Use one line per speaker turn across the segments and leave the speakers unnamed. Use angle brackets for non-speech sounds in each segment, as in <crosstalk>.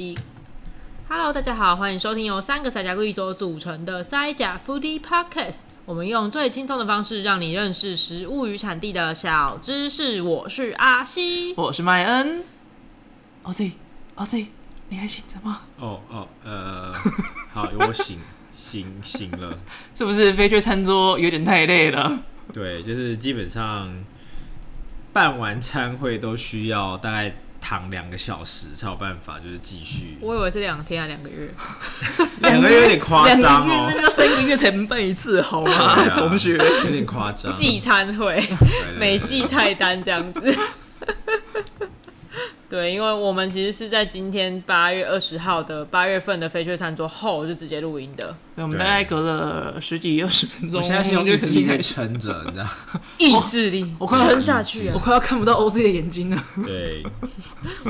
一，Hello，大家好，欢迎收听由三个塞甲故意所组成的塞甲 Foodie Podcast。我们用最轻松的方式让你认识食物与产地的小知识。我是阿西，
我是麦恩。OZ OZ，你还醒着吗？
哦哦，呃，好，我醒醒醒了。 <laughs>
是不是飞雀餐桌有点太累 <laughs> 了？
对，就是基本上办完餐会都需要大概躺两个小时才有办法，就是继续。
我以为是两天啊，两个
<laughs>
月。
两个月有点夸张
两个月那
哦，
要三个月才能办一次，好吗， <laughs>
对啊
同学？
有点夸张。
季餐
<laughs>
会，
对对
每季菜单这样子。 <laughs> 对，因为我们其实是在今天八月二十号的八月份的翡翠餐桌后就直接录音的，
对，我们大概隔了十几二十分钟，
我现在是用一集
就
在撑着，你知道？
意志力
哦我快要
撑下去
<laughs> 我
啊！
快要看不到 OZ 的眼睛了，
对，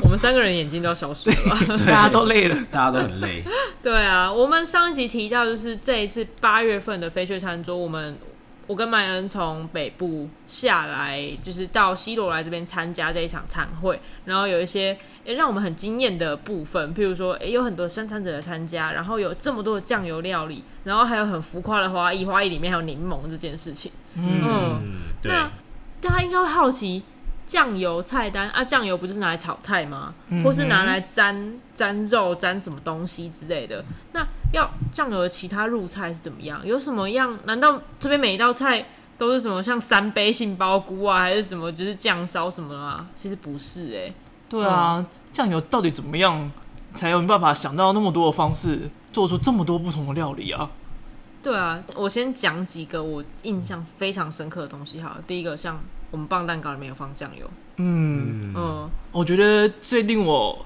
我们三个人眼睛都要消失了吧。
大家都累了。
大家都很累。
对啊，我们上一集提到，就是这一次八月份的翡翠餐桌，我们我跟麦恩从北部下来，就是到西罗来这边参加这一场餐会，然后有一些、诶让我们很惊艳的部分，譬如说、诶有很多生产者的参加，然后有这么多的酱油料理，然后还有很浮夸的花艺，花艺里面还有柠檬这件事情。嗯
嗯，对，
那大家应该会好奇，酱油菜单啊，酱油不就是拿来炒菜吗？或是拿来沾沾肉、沾什么东西之类的？那要酱油的其他入菜是怎么样？有什么样？难道这边每一道菜都是什么像三杯杏鲍菇啊，还是什么就是酱烧什么啊？其实不是哎、
对啊，酱油到底怎么样才有办法想到那么多的方式，做出这么多不同的料理啊？
对啊，我先讲几个我印象非常深刻的东西好了。第一个像我们棒蛋糕里面有放酱油，
嗯，
嗯，
嗯，
我觉得最令我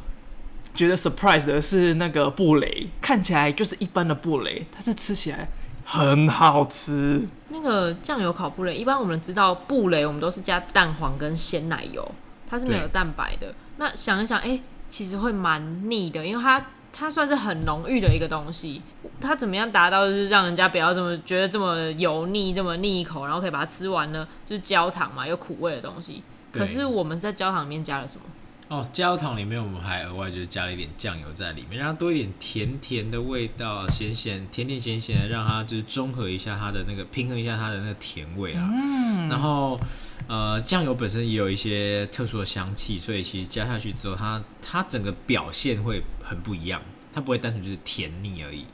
觉得 surprise 的是那个布雷，看起来就是一般的布雷，但是吃起来很好吃。
那个酱油烤布雷，一般我们知道布雷，我们都是加蛋黄跟鲜奶油，它是没有
对
蛋白的。那想一想，哎、其实会蛮腻的，因为它它算是很浓郁的一个东西。它怎么样达到就是让人家不要这么觉得这么油腻、这么腻一口，然后可以把它吃完呢？就是焦糖嘛，有苦味的东西。
对
可是我们在焦糖里面加了什么？
哦，焦糖里面我们还额外就是加了一点酱油在里面，让它多一点甜甜的味道，咸咸甜甜咸咸的，让它就是中和一下它的那个平衡一下它的那个甜味啊。嗯，然后呃，酱油本身也有一些特殊的香气，所以其实加下去之后，它它整个表现会很不一样，它不会单纯就是甜腻而已。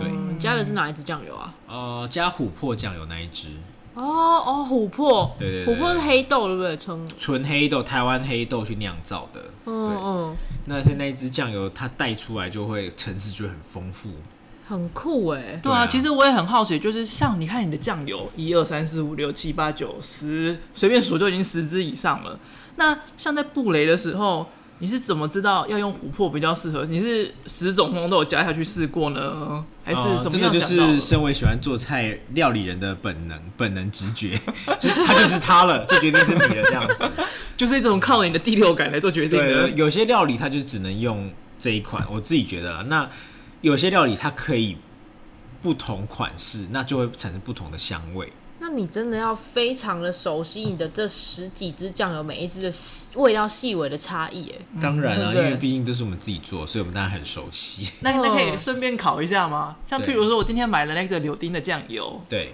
对，
你加的是哪一支酱油啊？
呃，加琥珀酱油那一支，
哦哦，琥珀，
对对对
琥珀是黑豆，对不对？纯，
纯黑豆，台湾黑豆去酿造的。
嗯
对
嗯，
那现在那一支酱油，它带出来就会层次就很丰富。
很酷哎。
对
对
啊，
啊
其实我也很好奇，就是像你看你的酱油，一二三四五六七八九十，随便数就已经十支以上了。那像在布雷的时候，你是怎么知道要用琥珀比较适合？你是十种通都有加下去试过呢，还哎是
哦
怎么
真
样
的就
想到
是
的？
身为喜欢做菜料理人的本能、 <laughs> 本能直觉，就他就是他了，就决定是你了这样
<laughs>
子。
就是一种靠你的第六感来做决定的
对，。有些料理它就只能用这一款，我自己觉得啦。那有些料理它可以不同款式，那就会产生不同的香味。
那你真的要非常的熟悉你的这十几支酱油，每一支的细味道细微的差异，哎，
嗯
当然
对
啊，
不
因
对
为毕竟都是我们自己做，所以我们当然很熟悉。 <laughs>
那那可以
嗯
顺便烤一下吗？像譬
对
如说，我今天买了那个柳丁的酱油，
对，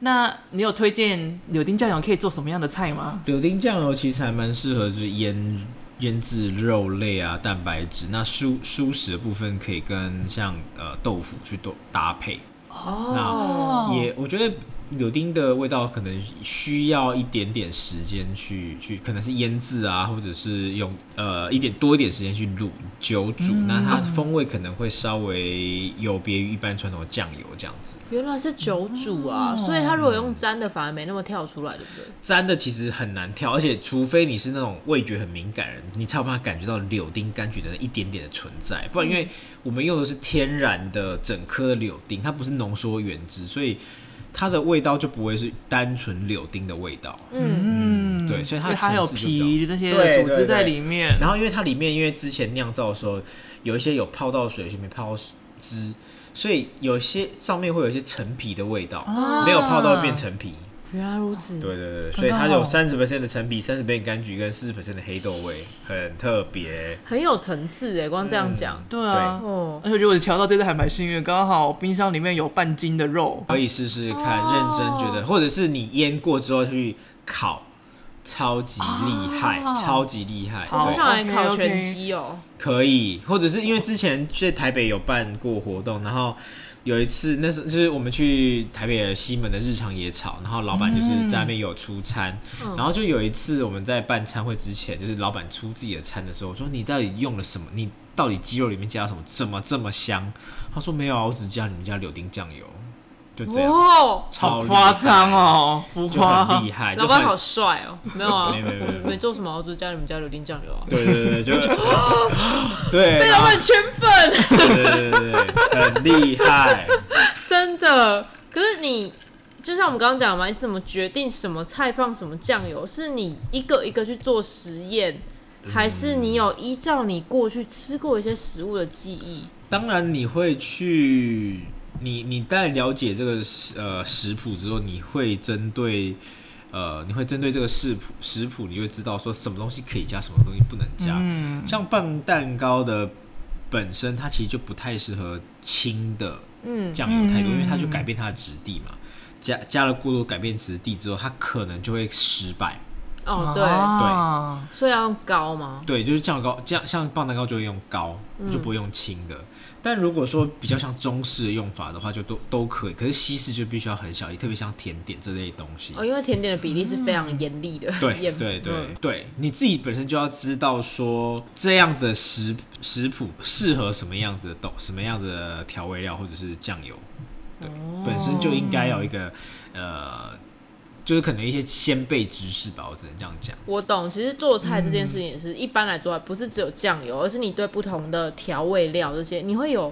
那你有推荐柳丁酱油可以做什么样的菜吗？
柳丁酱油其实还蛮适合，就是腌腌制肉类啊、蛋白质。那蔬蔬食的部分可以跟像呃豆腐去多搭配。哦也我觉得柳丁的味道可能需要一点点时间去去，可能是腌制啊，或者是用呃一点多一点时间去卤久煮，那它风味可能会稍微有别于一般传统的酱油这样子。
原来是酒煮啊，所以它如果用沾的，反而没那么跳出来，对不对？
沾的其实很难挑，而且除非你是那种味觉很敏感人，你才有办法感觉到柳丁柑橘的那一点点的存在。不然，因为我们用的是天然的整颗的柳丁，它不是浓缩原汁，所以它的味道就不会是单纯柳丁的味道。
嗯，
嗯，对，所以它的
还有
层次就比较
皮那些
对
组织在里面，
然后因为它里面因为之前酿造的时候有一些有泡到水，有些没泡到汁，所以有些上面会有一些陈皮的味道，
啊
没有泡到会变陈皮。
原来如此，
对对对，
刚
所以它有
好
三十 percent 的陈皮、三十 percent 柑橘跟四十 percent 的黑豆味，很特别。
很有层次哎，光这样讲，
对
嗯
啊，
哦
而且我觉得我调到这次还蛮幸运，刚好冰箱里面有半斤的肉，
可以试试看，
哦
认真觉得，或者是你腌过之后去烤，超级厉害，
啊
超级厉害。
好
好
对
想来烤
OK，OK
全鸡哦，
可以，或者是因为之前去台北有办过活动，然后有一次那时候就是我们去台北的西门的日常野草，然后老板就是在那边有出餐，然后就有一次我们在办餐会之前，就是老板出自己的餐的时候，我说你到底用了什么？你到底鸡肉里面加了什么？怎么这么香？他说没有啊，我只加你们家柳丁酱油，就这样，
哦，
超
好
厉
夸张哦，浮
害，就
夸
很。厉害，
老
哎就
板
很
好帅哦，没有啊，
<laughs> 没没没
我
没
没做什么，我只是加你们家柳丁酱油啊，
对对对，就对，
被
然
老
后
板圈粉。
对对对对，很厉害。
真的。可是你就像我们刚刚讲嘛，你怎么决定什么菜放什么酱油？是你一个一个去做实验，还是你有依照你过去吃过一些食物的记忆？
当然你会去，你你在了解这个食呃食谱之后，你会针对呃你会针对这个食谱食谱，你会知道说什么东西可以加，什么东西不能加。
嗯，
像拌蛋糕的本身，它其实就不太适合轻的
嗯，
酱油太多，
嗯
因为它就改变它的质地嘛。加加了过多改变质地之后，它可能就会失败。
哦，对，
啊
对，
所以要用高吗？
对，就是酱油膏，酱像棒蛋糕就会用膏，
嗯
就不会用轻的。但如果说比较像中式的用法的话，就都都可以。可是西式就必须要很小心，特别像甜点这类东西。
哦，因为甜点的比例是非常严厉 <laughs> 的，
对
严
对对、
嗯
对，你自己本身就要知道说这样的食食谱适合什么样子的豆，什么样子的调味料或者是酱油，对，
哦
本身就应该有一个呃，就是可能一些先辈知识吧，我只能这样讲。
我懂，其实做菜这件事情也是、一般来做，不是只有酱油，而是你对不同的调味料这些，你会有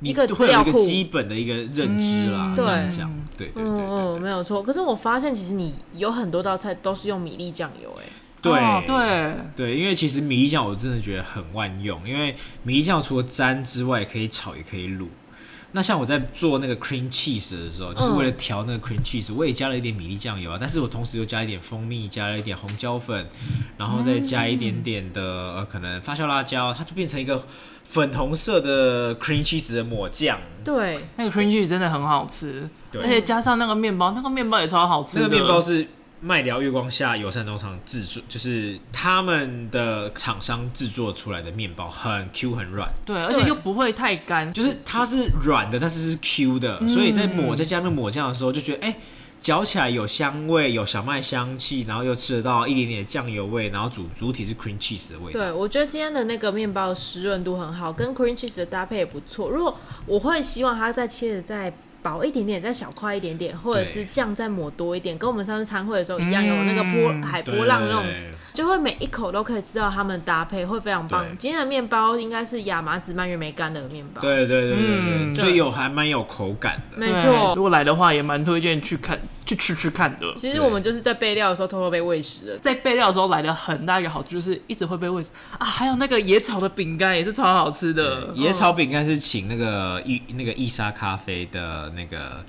你
一个
会有一
料
个
库
基本的一个认知啦，
嗯
这样
对
讲，对对对对
嗯
对
嗯，没有错。可是我发现，其实你有很多道菜都是用米粒酱油、哎，
哦
对
对，
对，因为其实米粒酱我真的觉得很万用，因为米粒酱除了沾之外，可以炒也可以卤。那像我在做那个 cream cheese 的时候，
嗯
就是为了调那个 cream cheese，我也加了一点米粒酱油啊，但是我同时又加一点蜂蜜，加了一点红椒粉，然后再加一点点的、呃可能发酵辣椒，它就变成一个粉红色的 cream cheese 的抹酱。
对，
那个 cream cheese 真的很好吃，
对
而且加上那个面包，那个面包也超好吃
那
的。
个面包是麦寮月光下友善农场制作，就是他们的厂商制作出来的面包，很 Q 很软，
对，而且又不会太干，
就是它是软的，但是是 Q 的，所以在抹再加那抹酱的时候，就觉得哎。嚼起来有香味，有小麦香气，然后又吃得到一点点酱油味，然后主主体是 cream cheese 的味道。
对，我觉得今天的那个面包的湿润度很好，跟 cream cheese 的搭配也不错。如果我会希望它再切的再薄一点点，再小块一点点，或者是酱再抹多一点，跟我们上次餐会的时候一样，有那个波海
嗯对，
波浪那种，
对
就会每一口都可以吃到它们的搭配，会非常棒
对。
今天的面包应该是亚麻籽蔓越莓干的面包，
对对对对对，
嗯
所以有还蛮有口感的。
没
对如
错。
果来的话，也蛮推荐去看去吃吃看的。
其实我们就是在备料的时候偷偷被喂食了。
在备料的时候来的很大一个好处就是一直会被喂啊，还有那个野草的饼干也是超好吃的。
嗯
野草饼干是请那个伊那个伊莎咖啡的那个。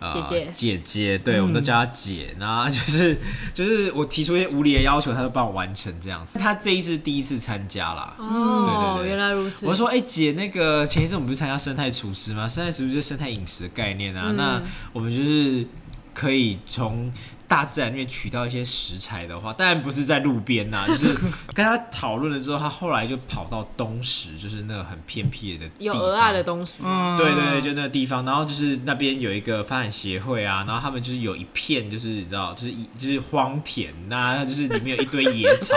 呃
姐姐嗯
姐姐，对，我们都叫她姐。然后就是就是我提出一些无理的要求，她都帮我完成这样子。她这一次第一次参加啦，
哦
对对，对
原来如此。
我说，哎、姐，那个前一阵我们不是参加生态厨师吗？生态厨师就是生态饮食的概念
嗯
啊。那我们就是可以从大自然里面取到一些食材的话，当然不是在路边
<laughs>
呐、就是跟他讨论了之后，他后来就跑到东石，就是那个很偏僻的地
有
方。
额外的东西，
嗯，
对对对，就那个地方，然后就是那边有一个发展协会啊，然后他们就是有一片，就是你知道，就是一就是荒田呐、就是里面有一堆野
<laughs>
草，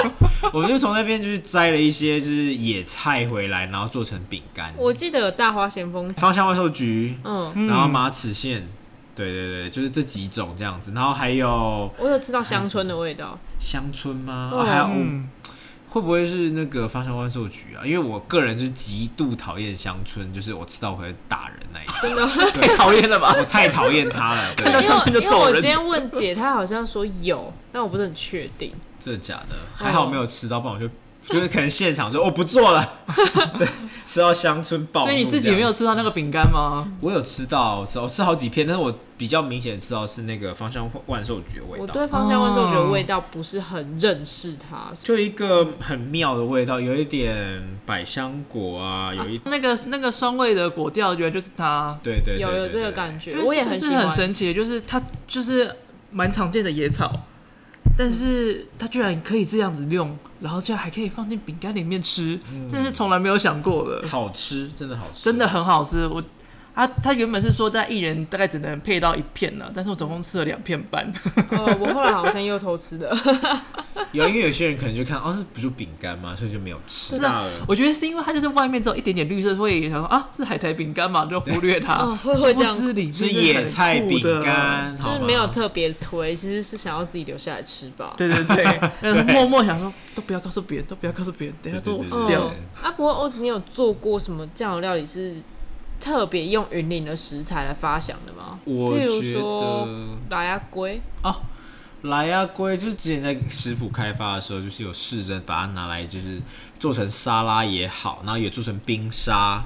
我们就从那边就是摘了一些就是野菜回来，然后做成饼干。
我记得有大花咸丰，
芳香外售菊，
嗯，
嗯
然后马齿苋，对对对，就是这几种这样子，然后还有
我有吃到乡村的味道，
香椿吗？
嗯
哦还有、
嗯，
会不会是那个芳香万寿菊啊？因为我个人就是极度讨厌香椿，就是我吃到会打人那一
<laughs>
种，
真的。
太嗯讨厌了吧？
我太讨厌它了。对
看到香椿就
因为我因
揍
为我
人
今天问姐，她好像说有，但我不是很确定。
真的假的？还好没有吃到，不然我就就是可能现场说我不做了，对，吃到乡村暴怒
所
这
以
样。
你自己没有吃到那个饼干吗？
我有吃到，我吃我吃好几片，但是我比较明显吃到是那个芳香万寿菊的味
我
道，
对芳香万寿菊的味道不是很认识它，
就一个很妙的味道，有一点百香果啊，有一、
那个那个酸味的果调，原来就是它。
对对对
有有这个
觉。
感觉
因，为
我也
这个
很喜
是很
欢。
神奇的，就是它就是蛮常见的野草，但是它居然可以这样子用，然后居然还可以放进饼干里面吃，
嗯
真是从来没有想过的，
好吃，真的好吃，
真的很好吃。我它它原本是说在一人大概只能配到一片呢，但是我总共吃了两片半。 <laughs>
呃，我后来好像又偷吃的，
有，因为有些人可能就看哦，这不就饼干吗？所以就没有吃
真
到
的
了。，
我觉得是因为它就是外面只有一点点绿色，所以想说啊是海苔饼干嘛，就忽略它。
哦会会
殊不
这样
知里面
是
很
野菜
酷
饼
的。
干，
就
好
是
吗
没有特别推，其实是想要自己留下来吃吧。
对对
<laughs>
对，然后默默想说，都不要告诉别人，都不要告诉别人，等一下
对
都
对
我
对
吃
对
掉了
嗯。啊，不过欧子，你有做过什么酱油料理是特别用云林的食材来发想的吗？
我
譬如
觉得
说拉牙龟，
哦，莱亚龟就是之前在食谱开发的时候，就是有试着把它拿来就是做成沙拉也好，然后也做成冰沙，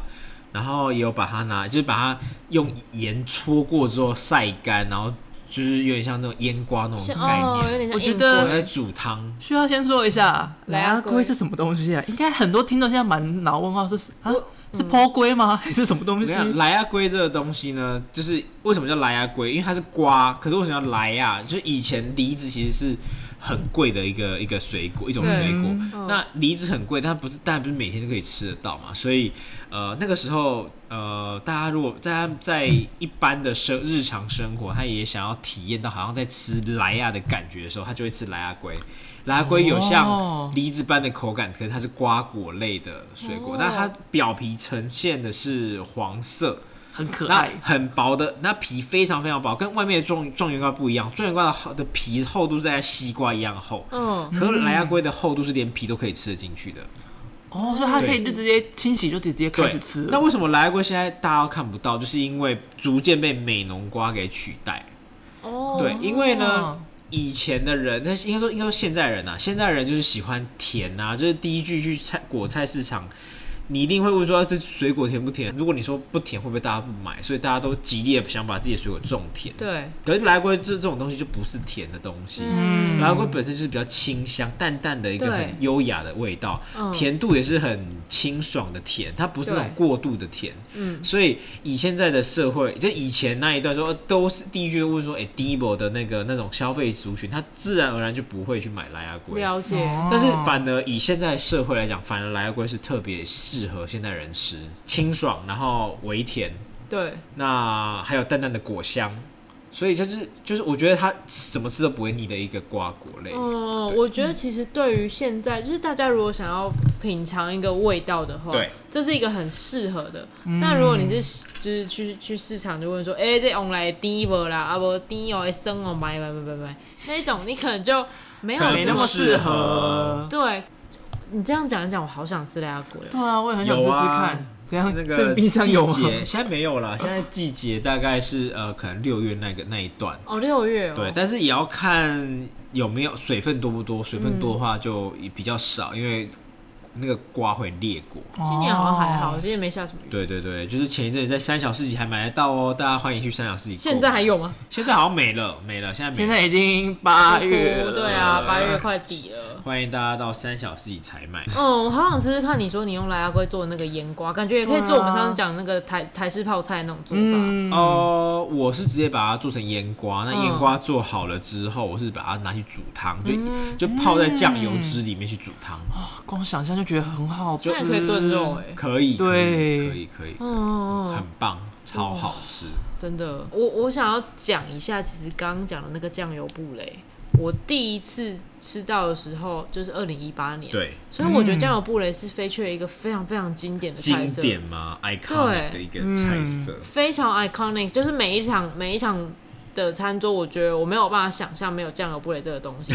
然后也有把它拿就是把它用盐搓过之后晒干，然后就是有点像那种腌瓜那种
是
概
哦，有
念。
点像
我觉
硬
得
我
龟。
在煮汤，
需要先说一下，
莱
莱
阿
阿
龟
龟是什么东西啊？应该很多听众现在满脑问号，说是啊
我，嗯
是坡龟吗？ <laughs> 还是什么东
怎
西？
样？莱亚龟这个东西呢，就是为什么叫莱亚龟？因为它是瓜，可是为什么叫莱亚？就是以前梨子其实是很贵的一个一个水果，一种
对
水果
嗯。
那梨子很贵，但它不是，但不是每天都可以吃得到嘛。所以，呃，那个时候，呃，大家如果在在一般的生日常生活，他也想要体验到好像在吃莱亚的感觉的时候，他就会吃莱亚龟。莱亚龟有像
哦
梨子般的口感，可是它是瓜果类的水果，
哦
但它表皮呈现的是黄色，
很可
那
爱。
很薄的，那皮非常非常薄，跟外面的状状元瓜不一样。状元瓜的厚的皮厚度在西瓜一样厚，
嗯，
可是莱亚龟的厚度是连皮都可以吃得进去的。
哦，所以它可以就直接清洗，就直接开始吃
那
了。
为什么莱亚龟现在大家都看不到？就是因为逐渐被美浓瓜给取代。
哦，
对，因为呢
哦，
以前的人，那应该说应该说现在人啊，现在人就是喜欢甜啊，就是第一句去菜果菜市场。你一定会问说啊这水果甜不甜？如果你说不甜，会不会大家不买？所以大家都极力的想把自己的水果种甜。
对，
可是莱龟这这种东西就不是甜的东西，
嗯
莱龟本身就是比较清香、淡淡的一个
对
很优雅的味道，
嗯
甜度也是很清爽的甜，它不是那种
对
过度的甜。
嗯，
所以以现在的社会，就以前那一段说都是第一句就问说，哎、d i b o 的那个那种消费族群，他自然而然就不会去买莱牙龟。
了解。
哦
但是反而以现在社会来讲，反而莱牙龟是特别适合现代人吃，清爽，然后微甜，
对，
那还有淡淡的果香，所以就是就是我觉得它怎么吃都不会腻的一个瓜果类。
嗯
哦，
对
我觉得其实对于现在，就是大家如果想要品尝一个味道的话，
对，
这是一个很适合的。
嗯
那如果你是就是去去市场就问说，哎、这用来低不啦，啊不低哦，会生哦，买买买买买，那一种你可能就没有
可能
没那么适合。
对。你这样讲一讲，我好想吃辣锅哦。
对啊，我也很想试试
有啊
看。怎样？ <laughs>
那
这
个
冰箱有吗
季？节现在没有了，现在季节大概是呃可能六月那个那一段，
哦，六月哦，
对，但是也要看有没有水分多不多，水分多的话就也比较少，因为那个瓜会裂果。
今年好像还
哦
好，今年没下什么雨。
对对对，就是前一阵子在三小市集还买得到哦，大家欢迎去三小市集。
现在还，有吗？
现在好像没了，没了，现在没了。
现在已经八月
哦
了，
对啊，八月快底了。
欢迎大家到三小市集采买。
<laughs> 嗯，我好想吃吃看，你说你用莱阿龟做的那个腌瓜，感觉也可以
对啊
做我们上次讲的那个台台式泡菜那种做法。
嗯，
哦、我是直接把它做成腌瓜，那
嗯
腌瓜做好了之后，我是把它拿去煮汤，就、
嗯
就泡在酱油汁里面去煮汤、
光想象就觉得很好吃
那也。可以炖肉哎、
可以，可以
对
可以可以，
嗯，
很棒，超好吃。
真的，我我想要讲一下，其实刚刚讲的那个酱油布雷，我第一次吃到的时候就是二零一八年，，
对，
所以我觉得酱油布雷是飞雀一个非常非常经典的菜
经
色，
典嘛，iconic 的一个菜色。
非常 iconic，就是每一场每一场的餐桌，我觉得我没有办法想象没有酱油布雷这个东
<laughs>
西。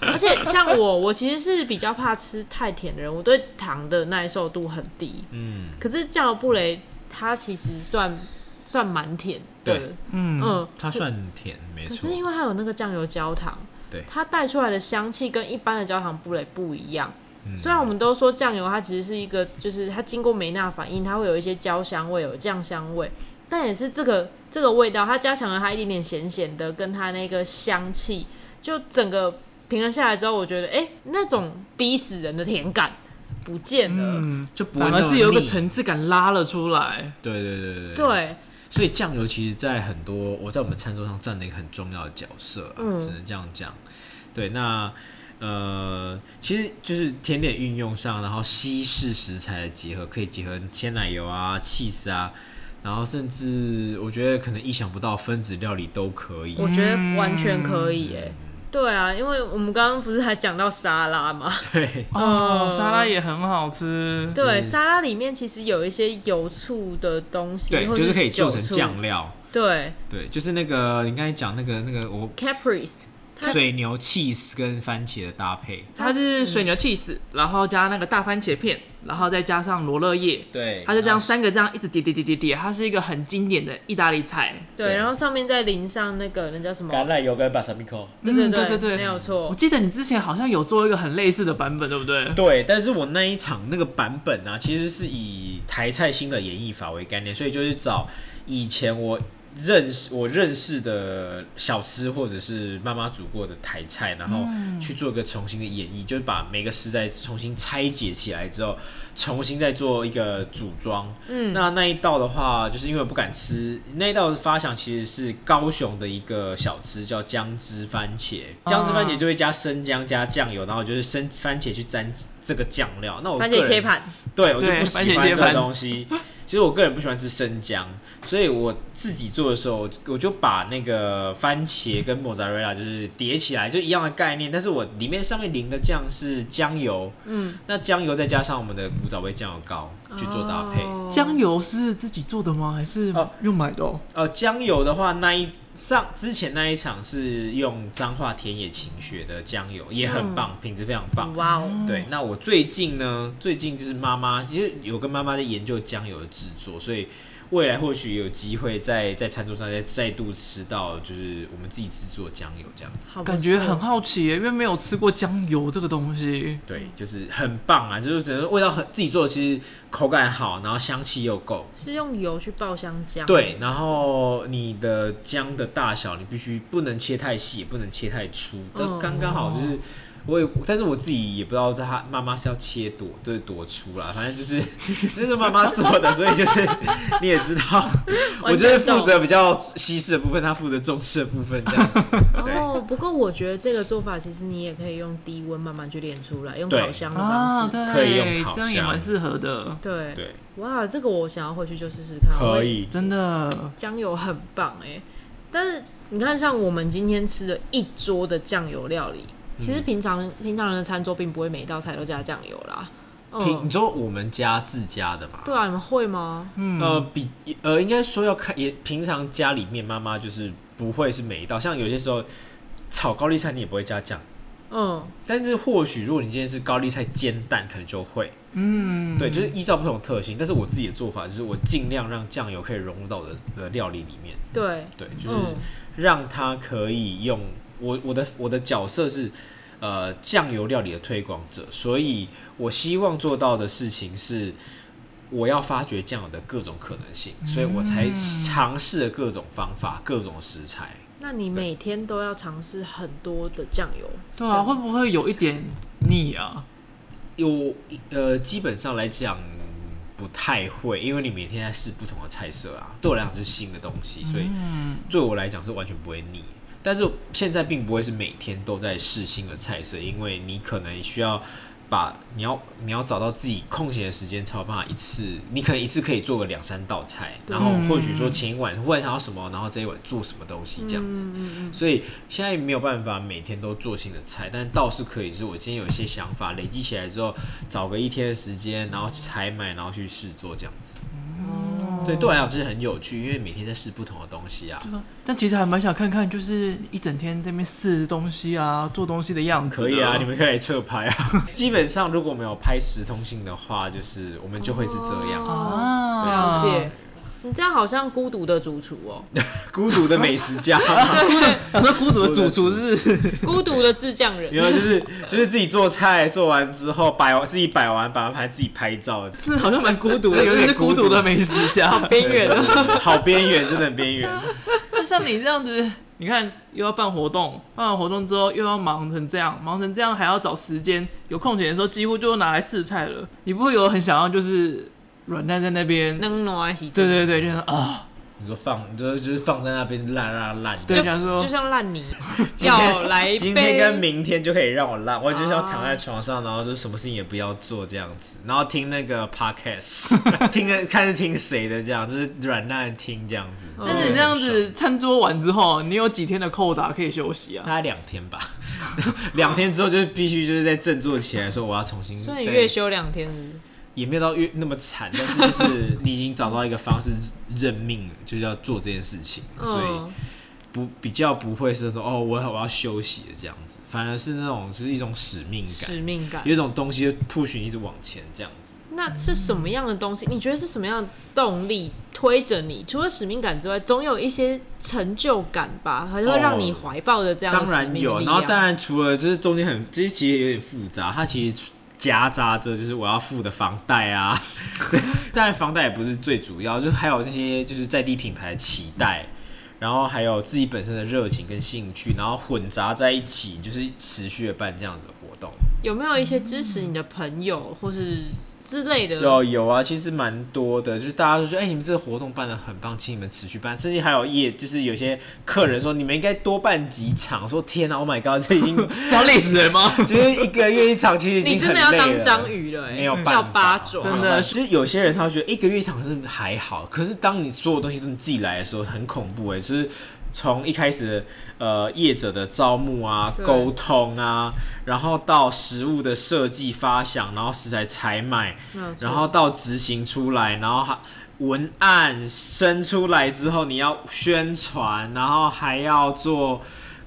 而且像我，我其实是比较怕吃太甜的人，我对糖的耐受度很低。
嗯，
可是酱油布雷它其实算算蛮甜的，
对
嗯
嗯，
它算甜，没
可
错
是。因为它有那个酱油焦糖，
对
它带出来的香气跟一般的焦糖布蕾不一样，
嗯
虽然我们都说酱油它其实是一个，就是它经过梅纳反应，它会有一些焦香味，有酱香味，但也是这个这个味道，它加强了它一点点咸咸的，跟它那个香气，就整个平衡下来之后，我觉得哎、诶那种逼死人的甜感不见了。
嗯，
就不会
反
那
而
么
是有一个
腻
层次感拉了出来。
对对对对，
对，
所以酱油其实，在很多我在我们餐桌上占了一个很重要的角色、啊，
嗯
只能这样讲。对，那呃，其实就是甜点运用上，然后西式食材的结合，可以结合鲜奶油啊、cheese 啊，然后甚至我觉得可能意想不到分子料理都可以。
我觉得完全可以
嗯
哎、对啊，因为我们刚刚不是还讲到沙拉嘛，
对，
哦，
嗯
沙拉也很好吃。
嗯
对，沙拉里面其实有一些油醋的东西，
对，
或
就是可以
酒
做成
醋
酱，料。
对
对，就是那个你刚才讲那个那个我
，caprice，它
水牛 cheese 跟番茄的搭配。
它是水牛 cheese，然后加那个大番茄片，然后再加上罗勒叶，
对
它就这样三个这样一直叠叠叠叠叠，它是一个很经典的意大利菜。
对，
对
然后上面再淋上那个那叫什么？
榄油跟巴萨米克。
对对
嗯对对对
没有
我
错。
记得你之前好像有做一个很类似的版本，对不对？
对，但是我那一场那个版本啊，其实是以台菜新的演绎法为概念，所以就是找以前我认识我认识的小吃或者是妈妈煮过的台菜，然后
嗯
去做一个重新的演绎，就是把每个食材重新拆解起来之后，重新再做一个组装。
嗯
那那一道的话，就是因为我不敢吃那一道的发想，其实是高雄的一个小吃叫姜汁番茄，
啊
姜汁番茄就会加生姜加酱油，然后就是生番茄去沾这个酱料。那我
番
个
茄
人
切盘，
对我就
对
不
番
喜
茄切
欢这
盘
个东西。其实我个人不喜欢吃生姜，所以我自己做的时候，我就把那个番茄跟莫扎瑞拉就是叠起来，就一样的概念，但是我里面上面淋的酱是酱油，
嗯，
那酱油再加上我们的古早味酱油膏去做搭配。
哦
酱油是自己做的吗？还是
哦
用买的、哦？
呃，姜油的话，那一上之前那一场是用彰化田野晴雪的姜油，也很棒，品质非常棒。
哇哦，
对，那我最近呢，最近就是妈妈，其实有跟妈妈在研究姜油的制作，所以未来或许有机会在在餐桌上再再度吃到，就是我们自己制作的姜油这样子。
好不错
感觉很好奇耶，因为没有吃过酱油这个东西。
对，就是很棒啊！就是整个味道很自己做，的，其实口感好，然后香气又够。
是用油去爆香姜，
对，然后你的姜的大小，你必须不能切太细，也不能切太粗，
嗯
这刚刚好就是。我也，但是我自己也不知道他妈妈是要切多，就是多粗啦，反正就是 <laughs> 这是妈妈做的，所以就是 <laughs> 你也知道，我
完
就
全
是负
懂
责比较西式的部分，他负责中式的部分这样子。
哦，不过我觉得这个做法其实你也可以用低温慢慢去炼出来，用
对
烤箱的
啊，
方式。
对，
可以用烤
这样也
箱
蛮适合的，
对
对，
哇，这个我想要回去就试试看。我
可
也
以，
真的。
酱油很棒哎、但是你看，像我们今天吃的一桌的酱油料理，
嗯
其实平常、平常人的餐桌并不会每一道菜都加酱油啦。
平你
嗯，
说我们家自家的嘛，
对啊，你们会吗？
嗯
呃，比呃，应该说要看，也平常家里面妈妈就是不会是每一道，像有些时候炒高丽菜你也不会加酱，
嗯，
但是或许如果你今天是高丽菜煎蛋，可能就会，
嗯，
对，就是依照不同的特性。但是我自己的做法就是我尽量让酱油可以融入到我的的料理里面，
对，
对，就是
嗯，
让它可以用我我的我的角色是呃酱油料理的推广者，所以我希望做到的事情是。我要发掘酱油的各种可能性，所以我才尝试了各种方法、各种食材。
那你每天都要尝试很多的酱油，
对
是这
啊，会
样
不会有一点腻啊？
有呃，基本上来讲不太会，因为你每天在试不同的菜色啊，对我来讲就是新的东西，所以
嗯，
对我来讲是完全不会腻。但是现在并不会是每天都在试新的菜色，因为你可能需要把你要你要找到自己空闲的时间，才有办法一次，你可能一次可以做个两三道菜，
对
然后或许说前一晚忽然想到什么，然后这一晚做什么东西这样子。
嗯嗯嗯
所以现在没有办法每天都做新的菜，但倒是可以，就是我今天有一些想法累积起来之后，找个一天的时间，然后采买，然后去试做这样子。
嗯
对，
哦
对我来讲是很有趣，因为每天在试不同的东西啊。
但其实还蛮想看看，就是一整天在那边试东西啊，做东西的样子的。
可以啊，你们可以来侧拍啊。 <laughs> 基本上如果没有拍十通信的话，就是我们就会是这样子。
哦
啊，
了解。你这样好像孤独的主厨
<laughs>
哦，
孤独的美食家，
我说孤独的主厨 <laughs> 是
孤独的制酱人。
然后就是就是自己做菜，做完之后摆完自己摆完，摆完盘自己拍照，
是好像蛮孤独的，
对有点
是孤独的美食 <laughs> 家。
边缘了，
<laughs> 好边缘，真的很边缘。
那像你这样子，你看又要办活动，办完活动之后又要忙成这样，忙成这样还要找时间，有空闲的时候几乎就拿来试菜了。你不会有很想要就是软蛋在那边？
能挪洗
对对对，就是啊，
你说放，就是就是放在那边烂烂烂，
对，
就
想说
就像烂泥，
<laughs> 今天
要来一
今天跟
杯。
明天就可以让我烂，我就是要躺在床上，然后就什么事情也不要做这样子，然后听那
<laughs>
个 podcast，听着看是听谁的这样，就是软烂听这样子。
但
但是你这样
嗯
子餐桌完之后，你有几天的扣打可以休息啊？
大概两天吧， <laughs> 两天之后就是必须就是在振作起来，说我要重新
所以你
再
月休两天是不是
也没有到越那么惨，但是就是你已经找到一个方式认命，就是要做这件事情，所以
嗯，
不比较不会是说哦，我我要休息的这样子，反而是那种就是一种使命感，
使命感
有。一种东西就 push 你一直往前这样子。
那是什么样的东西？你觉得是什么样的动力推着你？除了使命感之外，总有一些成就感吧，还是会让你怀抱着这样的
当
使命
然
力啊
有，
量
然后当然除了就是中间很，这其实有点复杂，它其实夹杂着就是我要付的房贷啊， <laughs> 当然房贷也不是最主要，就是还有那些就是在地品牌的期待。然后还有自己本身的热情跟兴趣，然后混杂在一起，就是持续的办这样子的活动。
有没有一些支持你的朋友或是之类的？
有有啊，其实蛮多的，就是大家都说，哎、你们这个活动办的很棒，请你们持续办。甚至还有业，就是有些客人说，你们应该多办几场。说天啊，Oh my god，这已经 <laughs>
嗯
是要累死人吗？ <laughs>
就是一个月一场，其实已
你
经
真
很
的
累
要
了。
当章鱼了、欸，
没有办法
要八爪，
真的
就是有些人他会觉得一个月一场是还好，可是当你所有东西都你自己来的时候，很恐怖哎、就是。从一开始的呃业者的招募啊、
对
沟通啊，然后到食物的设计发想，然后食材采买，
嗯
然后到执行出来，然后还文案生出来之后，你要宣传，然后还要做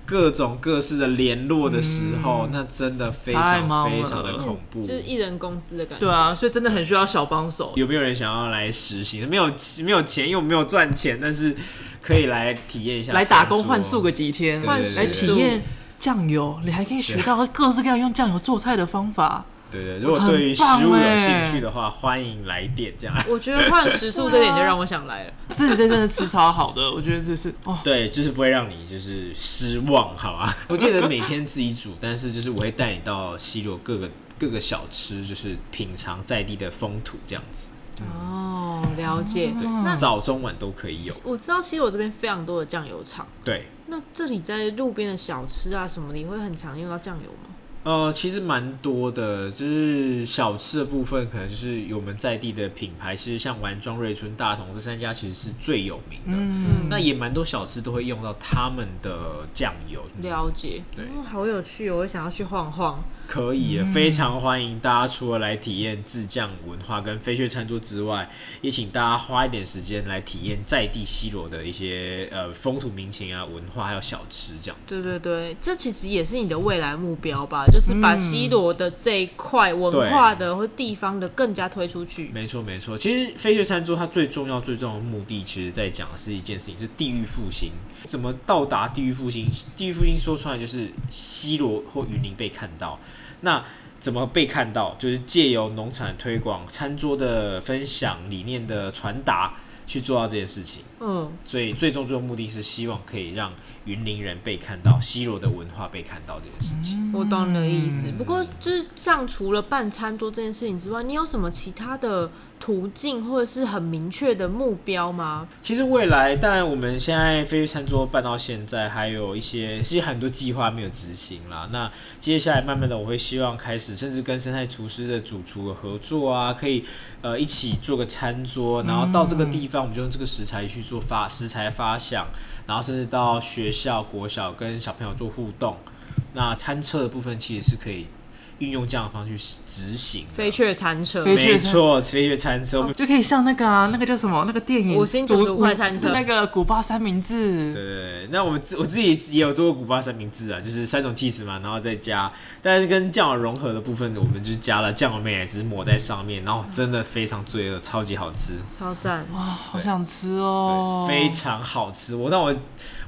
各种各式的联络的时
嗯
候，那真的非
太
常
忙
非常的
了
恐怖，
就是一人公司的感觉。
对啊，所以真的很需要小帮手。
有没有人想要来实行？没有没有钱，因为我没有赚钱，但是可以来体验一下，
来打工换宿个，几天，
对
换
来
食
体
物，
验酱油，你还可以学到各式各样用酱油做菜的方法。
对对。如果对于食物
很棒
有
欸
兴趣的话，欢迎来电这样。
我觉得换食宿这点就让我想来了。
这几天真的吃超好的，我觉得就是哦，
对，就是不会让你就是失望，好吧？ <laughs> 我记得每天自己煮，但是就是我会带你到西罗各个各个小吃，就是品尝在地的风土这样子，
哦，了解。
对
那
早中晚都可以有。
我知道西罗这边非常多的酱油厂，
对，
那这里在路边的小吃啊什么的，你会很常用到酱油吗？
呃，其实蛮多的，就是小吃的部分，可能就是有我们在地的品牌，其实像丸庄、瑞春、大同这三家其实是最有名的。
嗯，
那也蛮多小吃都会用到他们的酱油，
了解，
对
哦好有趣哦，我想要去晃晃。
可以耶，非常欢迎大家除了来体验制酱文化跟飞雀餐桌之外，也请大家花一点时间来体验在地西罗的一些呃风土民情啊、文化还有小吃这样
对
子。
对对，这其实也是你的未来目标吧，就是
嗯
把西罗的这一块文化的或地方的更加推出去。
没错没错，其实飞雀餐桌它最重要最重要的目的，其实在讲的是一件事情，是地域复兴。怎么到达地域复兴？地域复兴说出来就是西罗或云林被看到。那怎么被看到？就是借由农产推广、餐桌的分享、理念的传达，去做到这件事情。
嗯，
所以最终最终目的是希望可以让云林人被看到，西罗的文化被看到这件事情。
我懂你的意思。
嗯
不过，就是像除了办餐桌这件事情之外，你有什么其他的途径或者是很明确的目标吗？
其实未来，当然我们现在飞鱼餐桌办到现在，还有一些其实很多计划没有执行啦。那接下来慢慢的，我会希望开始，甚至跟生态厨师的主厨有合作啊，可以呃一起做个餐桌，然后到这个地方，我们就用这个食材去做发食材发想，然后甚至到学校、国小跟小朋友做互动。那餐车的部分其实是可以运用这样的方式去执行的。
飞雀餐车，
飞
没错，飞跃餐车，我们
就可以像那个啊，那个叫什么？那个电影
五星九十五块餐车
那个古巴三明治，
对，那我们自我自己也有做过古巴三明治啊，就是三种 cheese 嘛，然后再加，但是跟酱油融合的部分，我们就加了酱油美乃滋抹在上面，然后真的非常罪恶，超级好吃，
超赞！
好想吃
对
哦，
非常好吃。我但我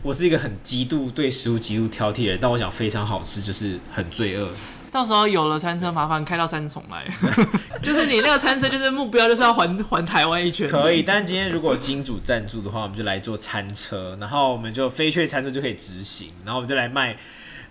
我是一个很极度对食物极度挑剔的人，但我想非常好吃就是很罪恶，
到时候有了餐车，麻烦开到三重来。 <laughs> 就是你那个餐车，就是目标就是 <laughs> 要环环台湾一圈。
可以。但今天如果金主赞助的话，我们就来做餐车，然后我们就飞雀餐车就可以执行，然后我们就来卖。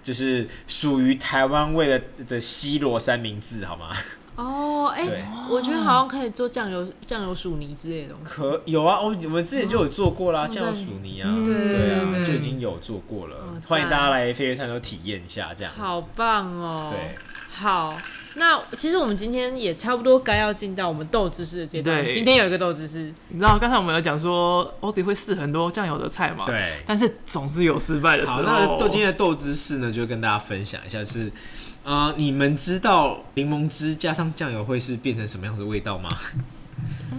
就是属于台湾味的的西罗三明治，好吗？
哦，哎、
对
我觉得好像可以做酱油酱油薯泥之类的东西。
可有啊，我们我们之前就有做过啦，
嗯
酱油薯泥啊，
嗯
对
对
啊，
对
就已经有做过了
嗯，
欢迎大家来飞跃餐都体验一下这样子。
好棒哦！
对，
好，那其实我们今天也差不多该要进到我们斗知识的阶段。
对
今天有一个斗知识，
你知道刚才我们有讲说 o z 会试很多酱油的菜嘛？。
对，
但是总是有失败的时
好，
候。
那豆今天的豆知识呢，就跟大家分享一下，就是，呃，你们知道柠檬汁加上酱油会是变成什么样子的味道 <laughs> 吗？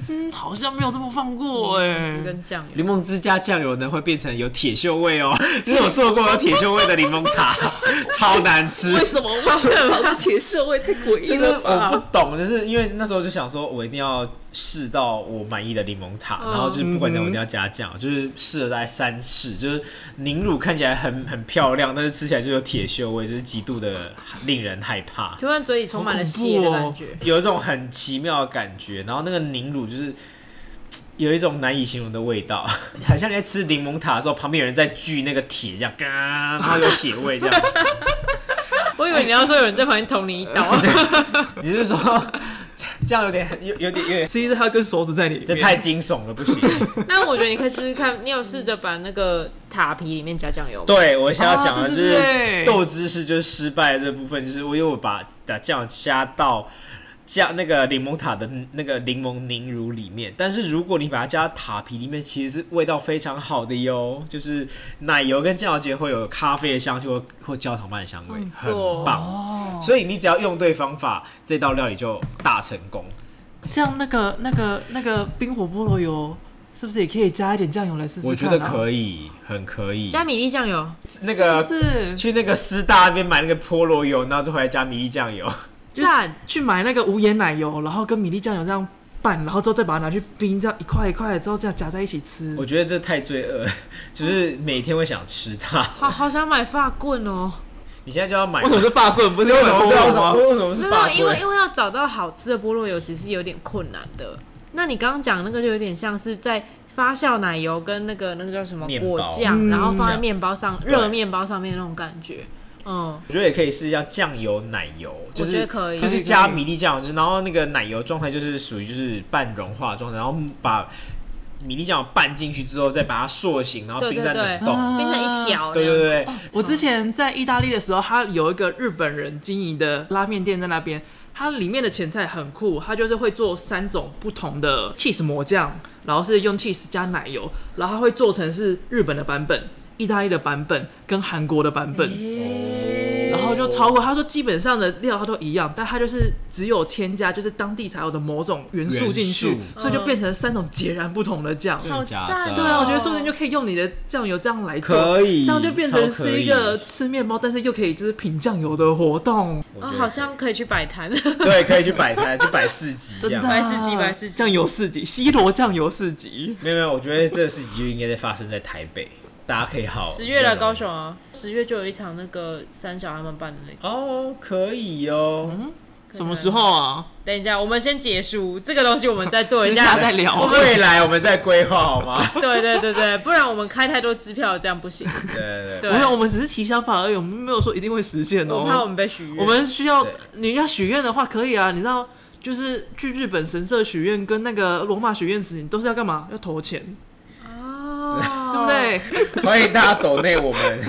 嗯好像没有这么放过
我
哎、
跟酱油，
柠檬汁加酱油呢，会变成有铁锈味哦， <laughs> 就是我做过有铁锈味的柠檬塔， <laughs> 超难吃。
为什么？为什么它铁锈味太诡异
就是
了
我不
吧？
懂，就是因为那时候就想说，我一定要试到我满意的柠檬塔，
嗯
然后就是不管怎样我一定要加酱，就是试了大概三次，就是凝乳看起来很很漂亮，但是吃起来就有铁锈味，就是极度的令人害怕，
突然嘴里充满了
好恐
血
怖
的
哦
感觉。
有一种很奇妙的感觉，然后那个凝乳就是嘖有一种难以形容的味道， <laughs> 很像你在吃柠檬塔的时候，旁边有人在锯那个铁，这样， <laughs> 嘎然后有铁味这样子。
<laughs> 我以为你要说有人在旁边捅你一刀，
<laughs>
你是说 <laughs> 这样有点有有点有点，
是因为它跟手指在里面，
这太惊悚了，不行。
那我觉得你可以试试看，你有试着把那个塔皮里面加酱油吗？
对，我现在要讲的
啊
就
对
是
对对
豆知识，就是失败的这部分，就是我因为我把把酱加到加那个柠檬塔的那个柠檬凝乳里面，但是如果你把它加到塔皮里面，其实是味道非常好的哟，就是奶油跟酱油结合会有咖啡的香气或或焦糖瓣的香味，很
错
棒。
哦。
所以你只要用对方法，这道料理就大成功。
这样那个那个那个冰火菠萝油是不是也可以加一点酱油来试试、看啊？
我觉得可以，很可以。
加米粒酱油，
那个
是不是
去那个师大那边买那个菠萝油，然后再回来加米粒酱油。
赞！
去买那个无盐奶油，然后跟米粒酱油这样拌，然后之后再把它拿去冰，这样一块一块之后这样夹在一起吃
我。觉得这太罪恶，就是每天会想吃它。
好好想买发棍哦，
你现在就要买，
为什么是法棍？不是因为
为什么
菠
对啊为什
萝吗？
么为什么
没
是法
有，
棍？
因为因为要找到好吃的菠萝油其实有点困难的。那你刚刚讲那个就有点像是在发酵奶油跟那个那个叫什么
面包
果酱，
嗯
然后放在面包上
对
热面包上面那种感觉。嗯，
我觉得也可以试一下酱油奶油，就
我觉
是
得可以
就是加米粒酱油，就是然后那个奶油状态就是属于就是半融化的状态，然后把米粒酱油拌进去之后，再把它塑形，然后
对
冰
对
在冷
对哦嗯
冻。
变成一条那
对
样
对
子。
对，
我之前在意大利的时候，他有一个日本人经营的拉面店在那边，它里面的前菜很酷，它就是会做三种不同的 cheese 抹酱，然后是用 cheese 加奶油，然后它会做成是日本的版本、意大利的版本跟韩国的版本。
诶
然后就超过，他说基本上的料它都一样，但它就是只有添加就是当地才有的某种元素进去
元，素嗯
所以就变成三种截然不同的酱。
真的假
好
的？
赞哦
对啊，我觉得说不定就可以用你的酱油这样来做，
可以
这样就变成
超可
是
以
一个吃面包，但是又可以就是品酱油的活动。
我
哦
觉得，
好像可以去摆摊。
对，可以去摆摊，去摆市集
<laughs>
这
真
样
的。啊
白市集白市集
酱油市集，西罗酱油市集，
没有没有，我觉得这个市集就应该在发生在台北，大家可以好
十月来高雄啊，十月就有一场那个三小他们办的那个。
哦，可以哦。
嗯什么时候啊？
等一下，我们先结束这个东西，我们再做一
私
下
下再聊
我们
未来我们再规划好吗？
对对对对，不然我们开太多支票，这样不行。
<laughs> 对对对，
对
没有，我们只是提想法而已，我们没有说一定会实现哦。
我怕我们被许愿。
我们需要
对
你要许愿的话，可以啊。你知道，就是去日本神社许愿跟那个罗马许愿时，你都是要干嘛？要投钱，
哦，
对不对？对？
<laughs> 欢迎大家抖内我们。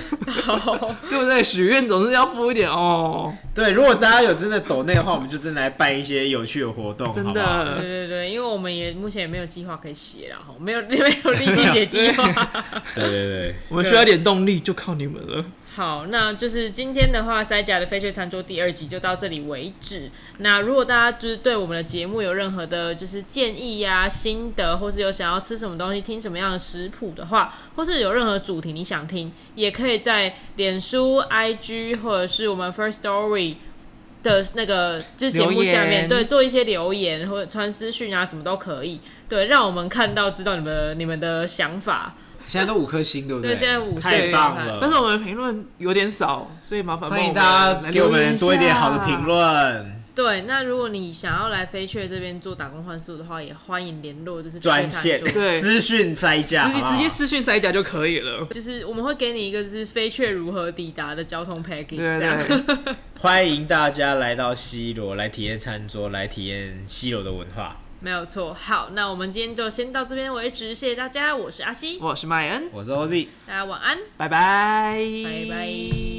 对不对？许愿总是要付一点哦。
对，如果大家有真的抖内的话，我们就真的来办一些有趣的活动，
真
好
的
不哦好
对对对，因为我们也目前也没有计划可以写啦，哈，没有没有力气写计划。
对对对，
我们需要一点动力，就靠你们了。
好，那就是今天的话，塞甲的翡翠餐桌第二集就到这里为止。那如果大家就是对我们的节目有任何的，就是建议呀、心得，或是有想要吃什么东西、听什么样的食谱的话，或是有任何主题你想听，也可以在脸书、IG 或者是我们 First Story 的那个就是节目下
留
面，
言
对，做一些留言或者传私讯啊，什么都可以。对，让我们看到知道你们的你们的想法。
现在都五颗星，对不
对，现在五
太
岁
棒
看
了，
但是我们的评论有点少，所以麻烦帮
欢
我们
迎大
来
家给我
留言
们多一点好的
下
评。论。
对，那如果你想要来飞雀这边做打工换宿的话，也欢迎联络，就是
专线
飞雀餐桌
对
私讯塞加，
直接
啊好不好
直接私讯塞甲就可以了。
就是我们会给你一个就是飞雀如何抵达的交通 package，
对
这样
对
欢迎大家来到西罗，来体验餐桌，来体验西罗的文化。
<laughs> 没有错。好，那我们今天就先到这边为止，谢谢大家，我是阿西，
我是麦恩，
我是 OZ。
大家晚安，
拜拜，
拜拜。